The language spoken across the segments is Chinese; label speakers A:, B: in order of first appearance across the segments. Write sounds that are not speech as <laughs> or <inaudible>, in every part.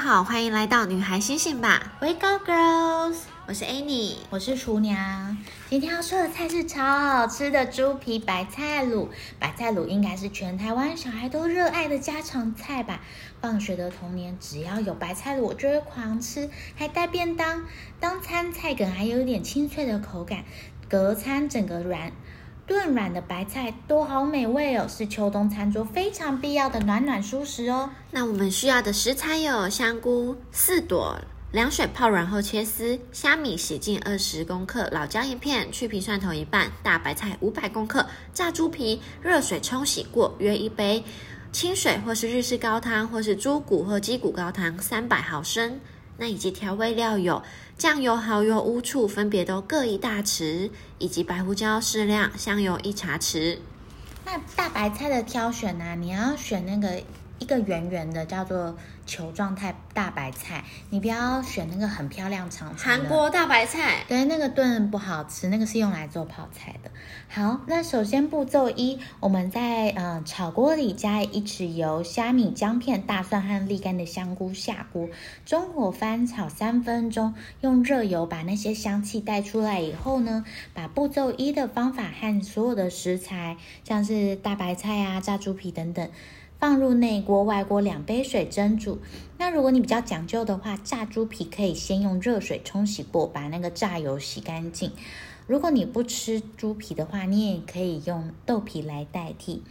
A: 好，欢迎来到女孩星星吧，
B: Wake up, girls！
A: 我是 Annie。
B: 我是厨娘。今天要说的菜是超好吃的猪皮白菜卤。白菜卤应该是全台湾小孩都热爱的家常菜吧？放学的童年，只要有白菜卤，我就会狂吃，还带便当当餐菜，梗还有一点清脆的口感，隔餐整个软。炖软的白菜都好美味哦，是秋冬餐桌非常必要的暖暖蔬食哦。
A: 那我们需要的食材有香菇四朵，凉水泡软后切丝，虾米洗净二十公克，老姜一片，去皮蒜头一半，大白菜五百公克，炸猪皮，热水冲洗过约一杯，清水或是日式高汤，或是猪骨或鸡骨高汤三百毫升。那以及调味料有酱油、蚝油、乌醋，分别都各一大匙，以及白胡椒适量，香油一茶匙。
B: 那大白菜的挑选呢、啊你要选那个一个圆圆的，叫做球状态大白菜，你不要选那个很漂亮长长的。
A: 韩国大白菜，
B: 对，那个炖不好吃，那个是用来做泡菜的。好，那首先步骤一，我们在呃炒锅里加一匙油、虾米、姜片、大蒜和沥干的香菇下锅，中火翻炒三分钟，用热油把那些香气带出来以后呢，把步骤一的方法和所有的食材，像是大白菜啊、炸猪皮等等。放入内锅、外锅两杯水蒸煮。那如果你比较讲究的话，炸猪皮可以先用热水冲洗过，把那个炸油洗干净。如果你不吃猪皮的话，你也可以用豆皮来代替。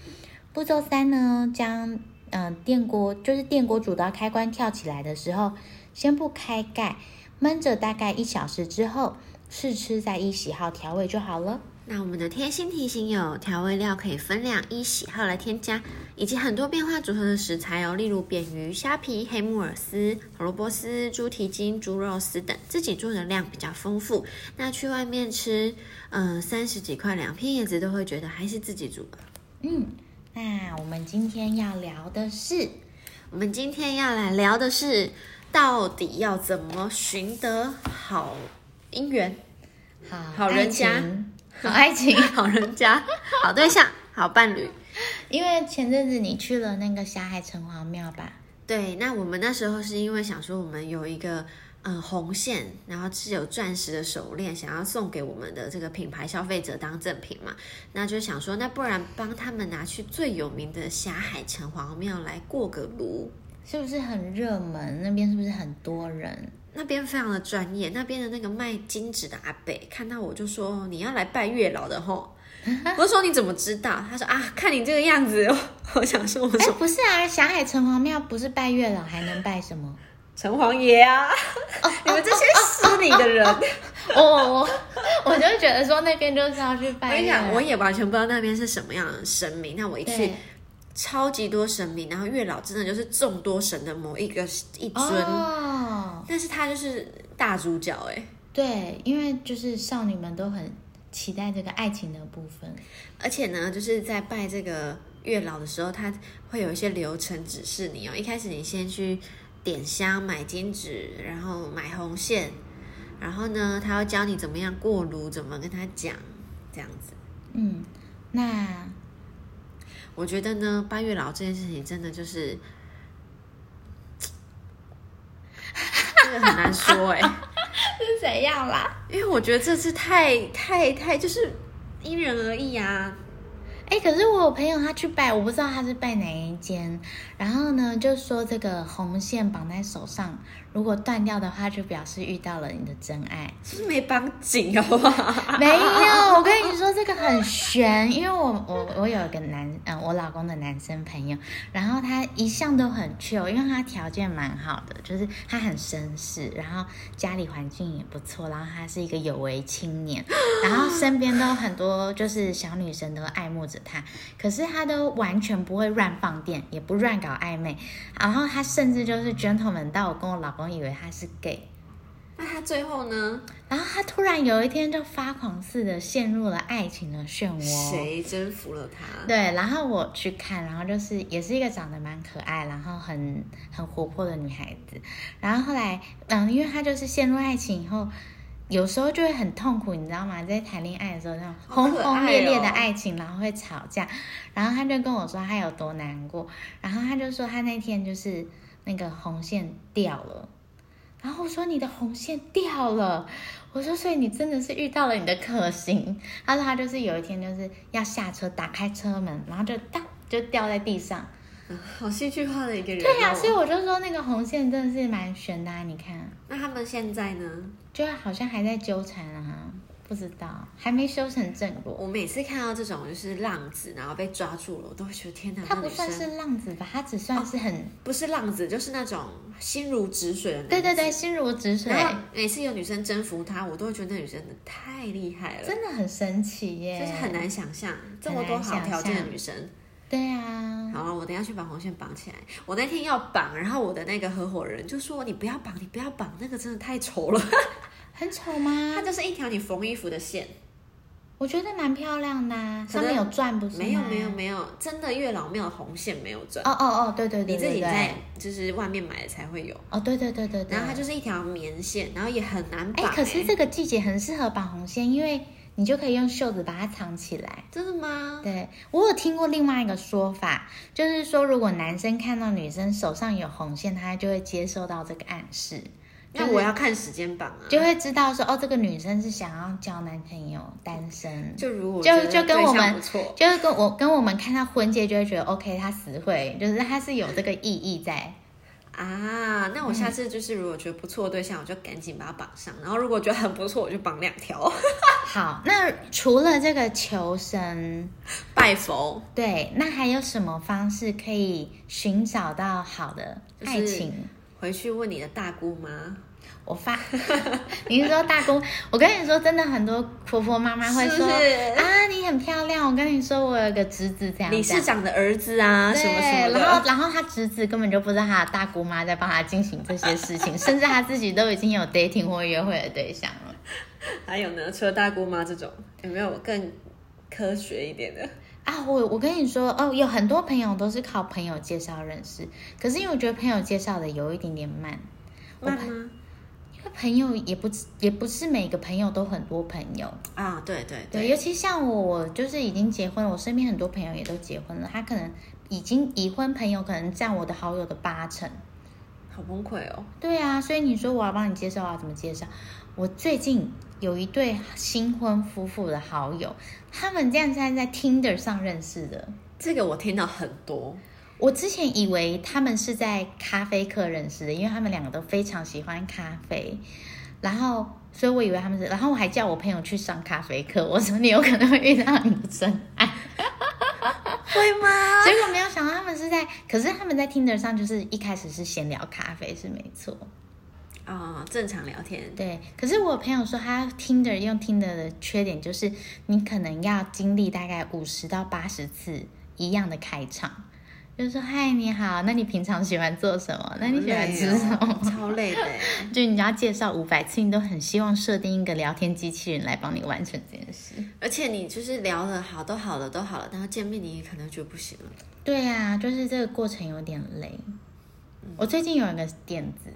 B: 步骤三呢，将嗯、呃电锅就是电锅煮到开关跳起来的时候，先不开盖，焖着大概一小时之后，试吃再依喜好调味就好了。
A: 那我们的贴心提醒有调味料可以分量依喜好来添加，以及很多变化组合的食材哦，例如扁鱼、虾皮、黑木耳丝、胡萝卜丝、猪蹄筋、猪肉丝等，自己做的量比较丰富。那去外面吃，嗯、三十几块两片叶子都会觉得还是自己煮吧。
B: 嗯，那我们今天要聊的是。
A: 我们今天要来聊的是，到底要怎么寻得好姻缘、 <laughs>
B: 好
A: 好人家
B: 爱情，好爱情。
A: 好人家、好对象、好伴侣。
B: 因为前阵子你去了那个霞海城隍庙吧？
A: 对，那我们那时候是因为想说我们有一个嗯红线，然后是有钻石的手链，想要送给我们的这个品牌消费者当赠品嘛，那就想说那不然帮他们拿去最有名的霞海城隍庙来过个炉。
B: 是不是很热门？那边是不是很多人？
A: 那边非常的专业，那边的那个卖金纸的阿北看到我就说你要来拜月老的吼，我就说你怎么知道？他说啊，看你这个样子， <laughs> 我我想说我
B: 哎、
A: 说
B: 不是啊，霞海城隍庙不是拜月老，还能拜什么？ <laughs>
A: 城隍爷啊， <laughs> 你们这些失礼的人。
B: 我我我哦我就觉得说那边就是要去
A: 我
B: 拜
A: 跟你
B: 月
A: 讲，
B: 老。
A: 我也完全不知道那边是什么样的神明。那我一去
B: 对，，
A: 超级多神明，然后月老真的就是众多神的某一个一尊，
B: 哦，
A: 但是他就是大主角哎、
B: 对，因为就是少女们都很期待这个爱情的部分。
A: 而且呢，就是在拜这个月老的时候，他会有一些流程指示你哦。一开始你先去点香、买金纸，然后买红线，然后呢，他会教你怎么样过炉，怎么跟他讲，这样子。
B: 嗯，那
A: 我觉得呢，拜月老这件事情真的就是，这个很难说哎、
B: 是怎样啦？
A: 因为我觉得这次太太太就是因人而异啊。
B: 哎、可是我有朋友他去拜，我不知道他是拜哪一间。然后呢，就说这个红线绑在手上，如果断掉的话，就表示遇到了你的真爱。
A: 是不是没绑紧 <laughs> 好不好？
B: 没有，我跟你说这个很悬，因为我我我有一个男，嗯、我老公的男生朋友，然后他一向都很 chill，因为他条件蛮好的，就是他很绅士，然后家里环境也不错，然后他是一个有为青年，然后身边都很多就是小女生都爱慕着他，可是他都完全不会乱放电，也不乱搞暧昧，然后他甚至就是 gentleman 到我跟我老公以为他是 gay。
A: 那他最后呢？
B: 然后他突然有一天就发狂似的陷入了爱情的漩涡。
A: 谁征服了他？
B: 对，然后我去看，然后就是也是一个长得蛮可爱，然后很很活泼的女孩子。然后后来，嗯，因为她就是陷入爱情以后，有时候就会很痛苦，你知道吗？在谈恋爱的时候，那种
A: 好
B: 轰
A: 可
B: 轰
A: 爱
B: 烈烈的
A: 哦
B: 爱情，然后会吵架。然后她就跟我说她有多难过，然后她就说她那天就是。那个红线掉了。然后我说你的红线掉了，我说所以你真的是遇到了你的克星。他说他就是有一天就是要下车打开车门，然后就哒就掉在地上。
A: 嗯好戏剧化的一个人、哦。
B: 对呀、啊所以我就说那个红线真的是蛮悬的、啊，你看，
A: 那他们现在呢？
B: 就好像还在纠缠啊，不知道还没修成正果。
A: 我每次看到这种就是浪子，然后被抓住了，我都会觉得天哪，
B: 他
A: 那
B: 不
A: 女
B: 算
A: 生哦
B: 是浪子吧，他只算是很、
A: 不是浪子，就是那种心如止水的。
B: 对对对，。心如止水，
A: 然后每次有女生征服他，我都会觉得那女生真的太厉害了，
B: 真的很神奇耶，
A: 就是很难想象这么多好条件的女生。
B: 对啊，
A: 好了，我等一下去把红线绑起来。我那天要绑，然后我的那个合伙人就说：“你不要绑，你不要绑，那个真的太丑了。
B: 很丑”吗
A: 它？就是一条你缝衣服的线，
B: 我觉得蛮漂亮的、啊，
A: 可
B: 上
A: 能
B: 面有钻不是吗？啊
A: 没有没有。没有，真的月老庙红线没有转，
B: 哦哦哦，对对对
A: 你自
B: 对
A: 己
B: 对
A: 在就是外面买的才会有。
B: 哦，对对对对对。
A: 然后它就是一条棉线，然后也很难
B: 哎、
A: 绑、欸。
B: 可是这个季节很适合绑红线，因为你就可以用袖子把它藏起来。
A: 真的吗？
B: 对我有听过另外一个说法，就是说如果男生看到女生手上有红线，他就会接受到这个暗示，
A: 那我要看时间绑啊。
B: 就会知道说哦，这个女生是想要交男朋友，单身。
A: 就如果
B: 就
A: 觉得
B: 就跟
A: 对
B: 我
A: 象
B: 们
A: 不错，
B: 就是跟我跟我们看到婚戒就会觉得 OK，他实惠，就是他是有这个意义在。
A: 啊，
B: 嗯
A: 那我下次就是如果觉得不错的对象，我就赶紧把它绑上。然后如果觉得很不错，我就绑两条。 <laughs>
B: 好，那除了这个求生，
A: 拜佛，
B: 对，那还有什么方式可以寻找到好的
A: 就是
B: 爱情？
A: 回去问你的大姑妈，
B: 我发， <laughs> 你是说大姑？我跟你说，真的很多婆婆妈妈会
A: 是
B: 说
A: 不是
B: 啊，你很漂亮。我跟你说，我有个侄子这样，
A: 理事
B: 这样
A: 长的儿子啊，什么什么
B: 对，然后
A: 的。
B: 然后他侄子根本就不知道他的大姑妈在帮他进行这些事情，甚至他自己都已经有 dating 或约会的对象了。
A: <laughs> 还有呢，除了大姑妈这种，有没有更科学一点的？
B: 啊，我我跟你说哦，有很多朋友都是靠朋友介绍认识，可是因为我觉得朋友介绍的有一点点慢，我
A: 慢吗？
B: 因为朋友也不也不是每个朋友都很多朋友，
A: 啊，对对
B: 对，尤其像我，我就是已经结婚了，我身边很多朋友也都结婚了，他可能已经已婚朋友可能占我的好友的八成。
A: 好崩溃哦。
B: 对啊，所以你说我要帮你介绍啊，怎么介绍？我最近有一对新婚夫妇的好友，他们竟然是在 Tinder 上认识的。
A: 这个我听到很多，
B: 我之前以为他们是在咖啡课认识的，因为他们两个都非常喜欢咖啡，然后所以我以为他们是，然后我还叫我朋友去上咖啡课，我说你有可能会遇到你的真爱。
A: 会吗？
B: 结果没有想到他们是在，可是他们在 Tinder 上就是一开始是闲聊咖啡是没错，
A: 啊、正常聊天，
B: 对。可是我朋友说他 Tinder 用 Tinder 的缺点就是你可能要经历大概五十到八十次一样的开场，就是说嗨你好，那你平常喜欢做什么？那你喜欢吃什
A: 好累
B: 么
A: 哦？超累的耶。
B: 就你要介绍五百次，你都很希望设定一个聊天机器人来帮你完成这件事。
A: 而且你就是聊的好，都好了，都好了，然后见面你也可能觉得不行了。
B: 对呀、就是这个过程有点累。我最近有一个点子，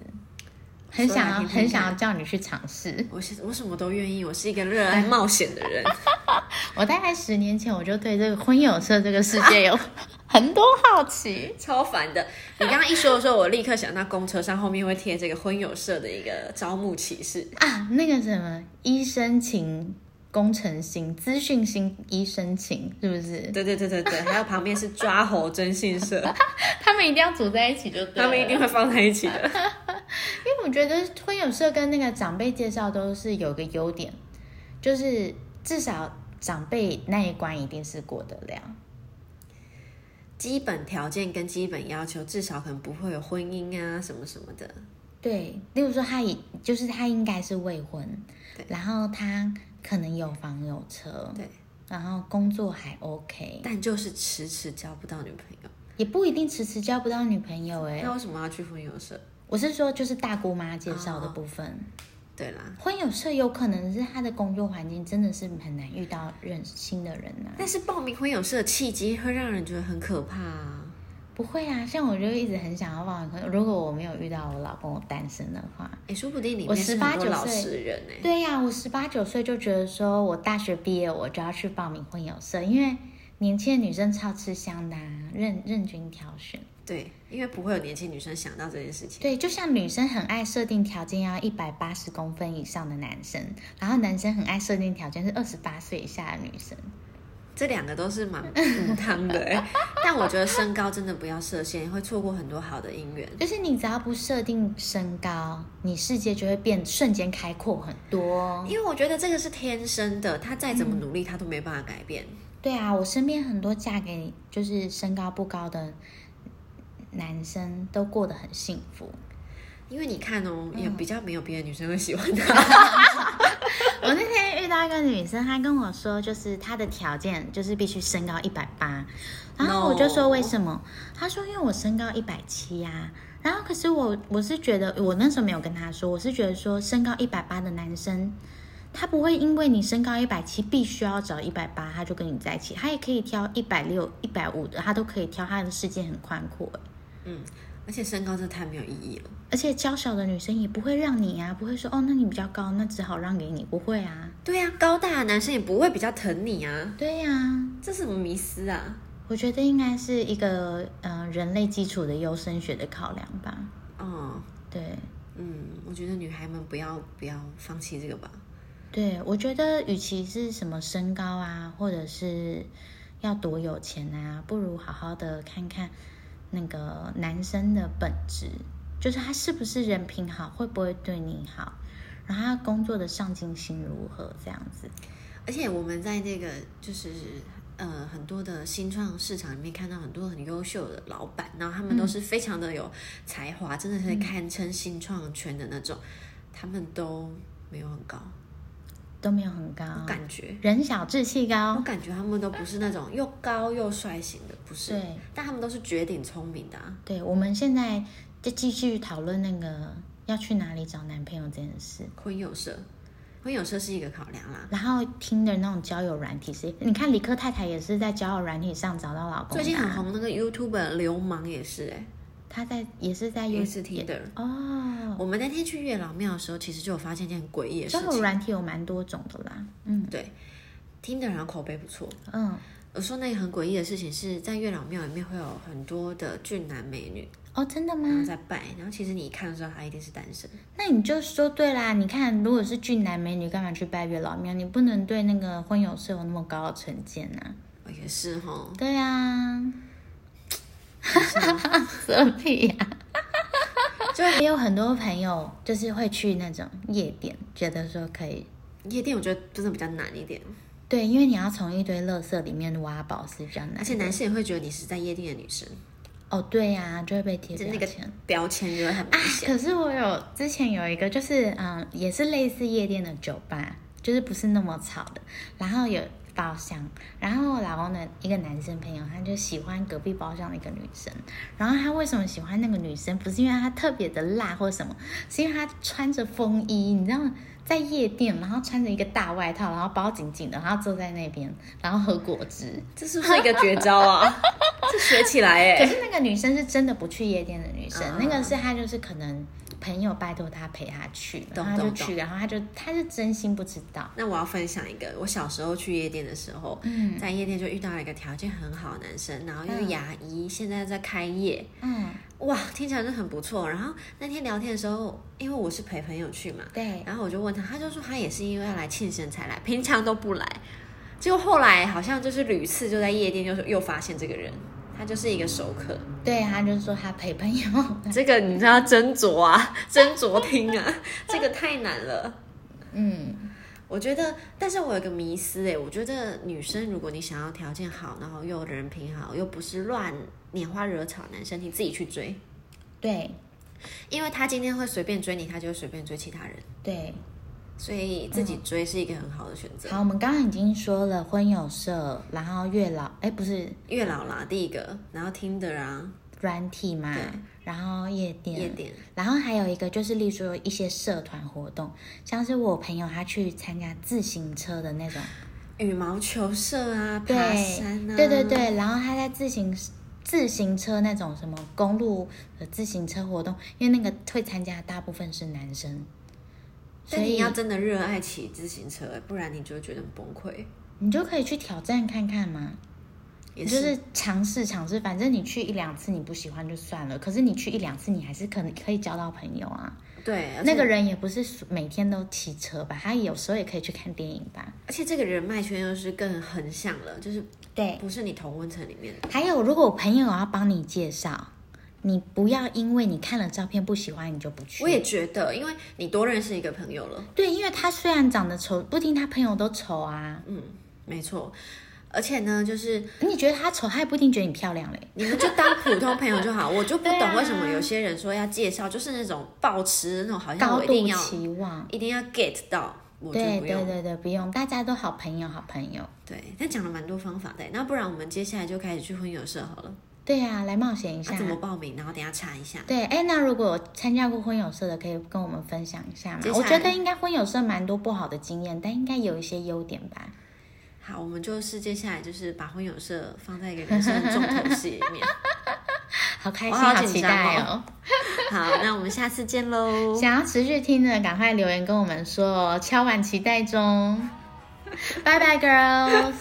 B: 很
A: 说来
B: 想要
A: 听听
B: 很
A: 看
B: 想要叫你去尝试。
A: 我是我什么都愿意，我是一个热
B: 哎
A: 爱冒险的人。 <laughs>
B: 我大概十年前我就对这个婚友社这个世界 <laughs> 有很多好奇。
A: 超烦的！你刚刚一说的时候，我立刻想到公车上后面会贴这个婚友社的一个招募启事。
B: 啊，那个什么医生情、工程型、资讯型、医生情，是不是？
A: 对对对对对，还有旁边是抓猴征信社，
B: 他们一定要组在一起就对了
A: 他们一定会放在一起的。
B: 因为我觉得婚友社跟那个长辈介绍都是有个优点，就是至少长辈那一关一定是过得了。
A: 基本条件跟基本要求，至少可能不会有婚姻啊什么什么的。
B: 对，例如说他已就是他应该是未婚
A: 对，
B: 然后他可能有房有车，
A: 对，
B: 然后工作还 OK，
A: 但就是迟迟交不到女朋友。
B: 也不一定迟迟交不到女朋友哎、
A: 那为什么要去婚友社？
B: 我是说就是大姑妈介绍
A: 哦
B: 的部分，
A: 对啦，
B: 婚友社有可能是他的工作环境真的是很难遇到认新的人呐、啊
A: 但是报名婚友社的契机会让人觉得很可怕啊。
B: 不会啊，像我就一直很想要报朋友。如果我没有遇到我老公，我单身的话，
A: 哎，说不定里
B: 我
A: 面是很多
B: 18
A: 老
B: 岁
A: 实人欸呢、
B: 对呀、我十八九岁就觉得说我大学毕业我就要去报名婚友社，因为年轻的女生超吃香的、啊，任任君挑选。
A: 对，因为不会有年轻女生想到这件事情。
B: 对，就像女生很爱设定条件要一百八十公分以上的男生，然后男生很爱设定条件是二十八岁以下的女生。
A: 这两个都是蛮母汤的、欸，但我觉得身高真的不要设限，会错过很多好的姻缘。
B: 就是你只要不设定身高，你世界就会变瞬间开阔很多。
A: 因为我觉得这个是天生的，他再怎么努力，他都没办法改变。
B: 对啊，我身边很多嫁给就是身高不高的男生都过得很幸福。
A: 因为你看哦，也比较没有别的女生会喜欢他。
B: <laughs> 我那天遇到一个女生，她跟我说，就是她的条件就是必须身高一百八，然后我就说
A: No
B: 为什么？她说因为我身高一百七呀。然后可是我我是觉得我那时候没有跟她说，我是觉得说身高一百八的男生，他不会因为你身高一百七必须要找一百八他就跟你在一起，他也可以挑一百六、一百五的，他都可以挑，他的世界很宽阔。
A: 嗯，而且身高真的太没有意义了。
B: 而且娇小的女生也不会让你啊，不会说哦，那你比较高，那只好让给你，不会啊，
A: 对呀、高大的男生也不会比较疼你啊，
B: 对呀、
A: 这是什么迷思啊？
B: 我觉得应该是一个呃人类基础的优生学的考量吧。
A: 哦，
B: 对，
A: 嗯，我觉得女孩们不要不要放弃这个吧。
B: 对我觉得与其是什么身高啊，或者是要多有钱啊，不如好好的看看那个男生的本质，就是他是不是人品好，会不会对你好，然后他工作的上进心如何，这样子。
A: 而且我们在那个就是呃很多的新创市场里面看到很多很优秀的老板，然后他们
B: 嗯
A: 都是非常的有才华，真的是堪称新创圈的那种，他们都没有很高，
B: 都没有很高，
A: 我感觉。
B: 人小志气
A: 我
B: 高，
A: 感觉他们都不是那种又高又帅型的，不是
B: 对，
A: 但他们都是绝顶聪明的、啊。
B: 对，我们现在就继续讨论那个要去哪里找男朋友这件事。
A: 婚友社，婚友社是一个考量啦。
B: 然后听的那种交友软体是，你看理科太太也是在交友软体上找到老公的
A: 最
B: 啊、
A: 近很红那个 YouTube 流氓也是哎、
B: 她在也是在
A: 欸，
B: 用
A: 也是 Tinder。
B: 哦，
A: 我们那天去月老庙的时候，其实就有发现一件很诡异的事
B: 交
A: 情。
B: 友软体有蛮多种的啦，嗯
A: 对，Tinder 然后口碑不错。
B: 嗯，
A: 我说那个很诡异的事情是在月老庙里面会有很多的俊男美女，
B: 哦，真的
A: 然后
B: 吗？
A: 在拜，然后其实你一看的时候，他一定是单身。
B: 那你就说对啦，你看如果是俊男美女，干嘛去拜月老庙？你不能对那个婚友社有那么高的成见啊呐、
A: 哦也是哈，
B: 对
A: <laughs>
B: 啊，什么屁
A: 啊
B: 呀、 <laughs> 就也有很多朋友就是会去那种夜店，觉得说可以。
A: 夜店我觉得真的比较难一点，
B: 对，因为你要从一堆垃圾里面挖宝是比较难的，
A: 而且男生也会觉得你是在夜店的女生，
B: 哦，对呀、就会被贴
A: 就那
B: 标
A: 个
B: 签。
A: 标签就会很明显。
B: 可是我有之前有一个，就是嗯，也是类似夜店的酒吧，就是不是那么吵的，然后有包厢，然后我老公的一个男生朋友，他就喜欢隔壁包厢的一个女生，然后他为什么喜欢那个女生？不是因为她特别的辣或什么，是因为她穿着风衣，你知道吗。在夜店，然后穿着一个大外套，然后包紧紧的，然后坐在那边，然后喝果汁。
A: 这是不是一个绝招啊？ <laughs> 这学起来哎、
B: 可是那个女生是真的不去夜店的女生，
A: 嗯
B: 那个是她就是可能朋友拜托她陪她去，
A: 懂
B: 然后她就
A: 懂
B: 去，然后她就她是真心不知道，
A: 那我要分享一个，我小时候去夜店的时候，
B: 嗯
A: 在夜店就遇到了一个条件很好的男生，然后又是
B: 嗯
A: 牙医，现在在开业，
B: 嗯，
A: 哇，听起来就很不错。然后那天聊天的时候，因为我是陪朋友去嘛，
B: 对，
A: 然后我就问他，他就说他也是因为要来庆生才来，平常都不来。结果后来好像就是屡次就在夜店就是又发现这个人，他就是一个熟客。
B: 对，她就说她陪朋友， <laughs>
A: 这个你知道斟酌啊， <laughs> 斟酌听啊，这个太难了。
B: 嗯，
A: 我觉得，但是我有个迷思哎，我觉得女生如果你想要条件好，然后又人品好，又不是乱拈花惹草的男生，你自己去追，
B: 对
A: 因为他今天会随便追你，他就会随便追其他人，
B: 对，
A: 所以自己追是一个很好的选择。
B: 好，我们刚刚已经说了婚友社，然后月老，哎，不是
A: 月老啦，第一个，然后听的啊，
B: 软体嘛
A: 对，
B: 然后夜店，
A: 夜店，
B: 然后还有一个就是，例如说一些社团活动，像是我朋友他去参加自行车的那种。
A: 羽毛球社啊，
B: 对
A: 爬山啊，
B: 对对，对，然后他在自行自行车那种什么公路的自行车活动，因为那个会参加的大部分是男生，所
A: 但
B: 以
A: 你要真的热爱骑自行车，不然你就会觉得很崩溃。
B: 你就可以去挑战看看嘛。
A: 也
B: 你就是尝试尝试，反正你去一两次你不喜欢就算了，可是你去一两次你还是可能可以交到朋友啊。
A: 对，而且
B: 那个，人也不是每天都骑车吧，他有时候也可以去看电影吧。
A: 而且这个人脉圈又是更横向了，就是
B: 对，
A: 不是你同温层里面的。
B: 还有如果朋友要帮你介绍，你不要因为你看了照片不喜欢你就不去。
A: 我也觉得，因为你多认识一个朋友了，
B: 对，因为他虽然长得丑，不一定他朋友都丑啊。
A: 嗯，没错。而且呢，就是
B: 你觉得他丑，他也不一定觉得你漂亮嘞。
A: 你们就当普通朋友就好，我就不
B: <laughs> 对啊
A: 懂为什么有些人说要介绍，就是那种抱持那种好像
B: 高
A: 我一定
B: 度
A: 要
B: 期望，
A: 一定要 get 到，我就
B: 对
A: 不
B: 对
A: 用。
B: 对对，不用，大家都好朋友，好朋友。
A: 对，但讲了蛮多方法的，那不然我们接下来就开始去婚友社好了。
B: 对啊，来冒险一下。
A: 那、怎么报名？然后等一下查一下。
B: 对，哎，那如果参加过婚友社的，可以跟我们分享一下吗
A: 接？下来
B: 我觉得应该婚友社蛮多不好的经验，但应该有一些优点吧。
A: 好，我们就是接下来就是把婚友社放在一个人生的重头戏里
B: <laughs>
A: 面。
B: 好开
A: 我
B: 心，
A: 好
B: 好
A: 紧
B: 期
A: 张
B: 待
A: 哦
B: 哦！
A: 好，那我们下次见喽，
B: 想要持续听的，赶快留言跟我们说哦，敲碗期待中。拜拜，girls。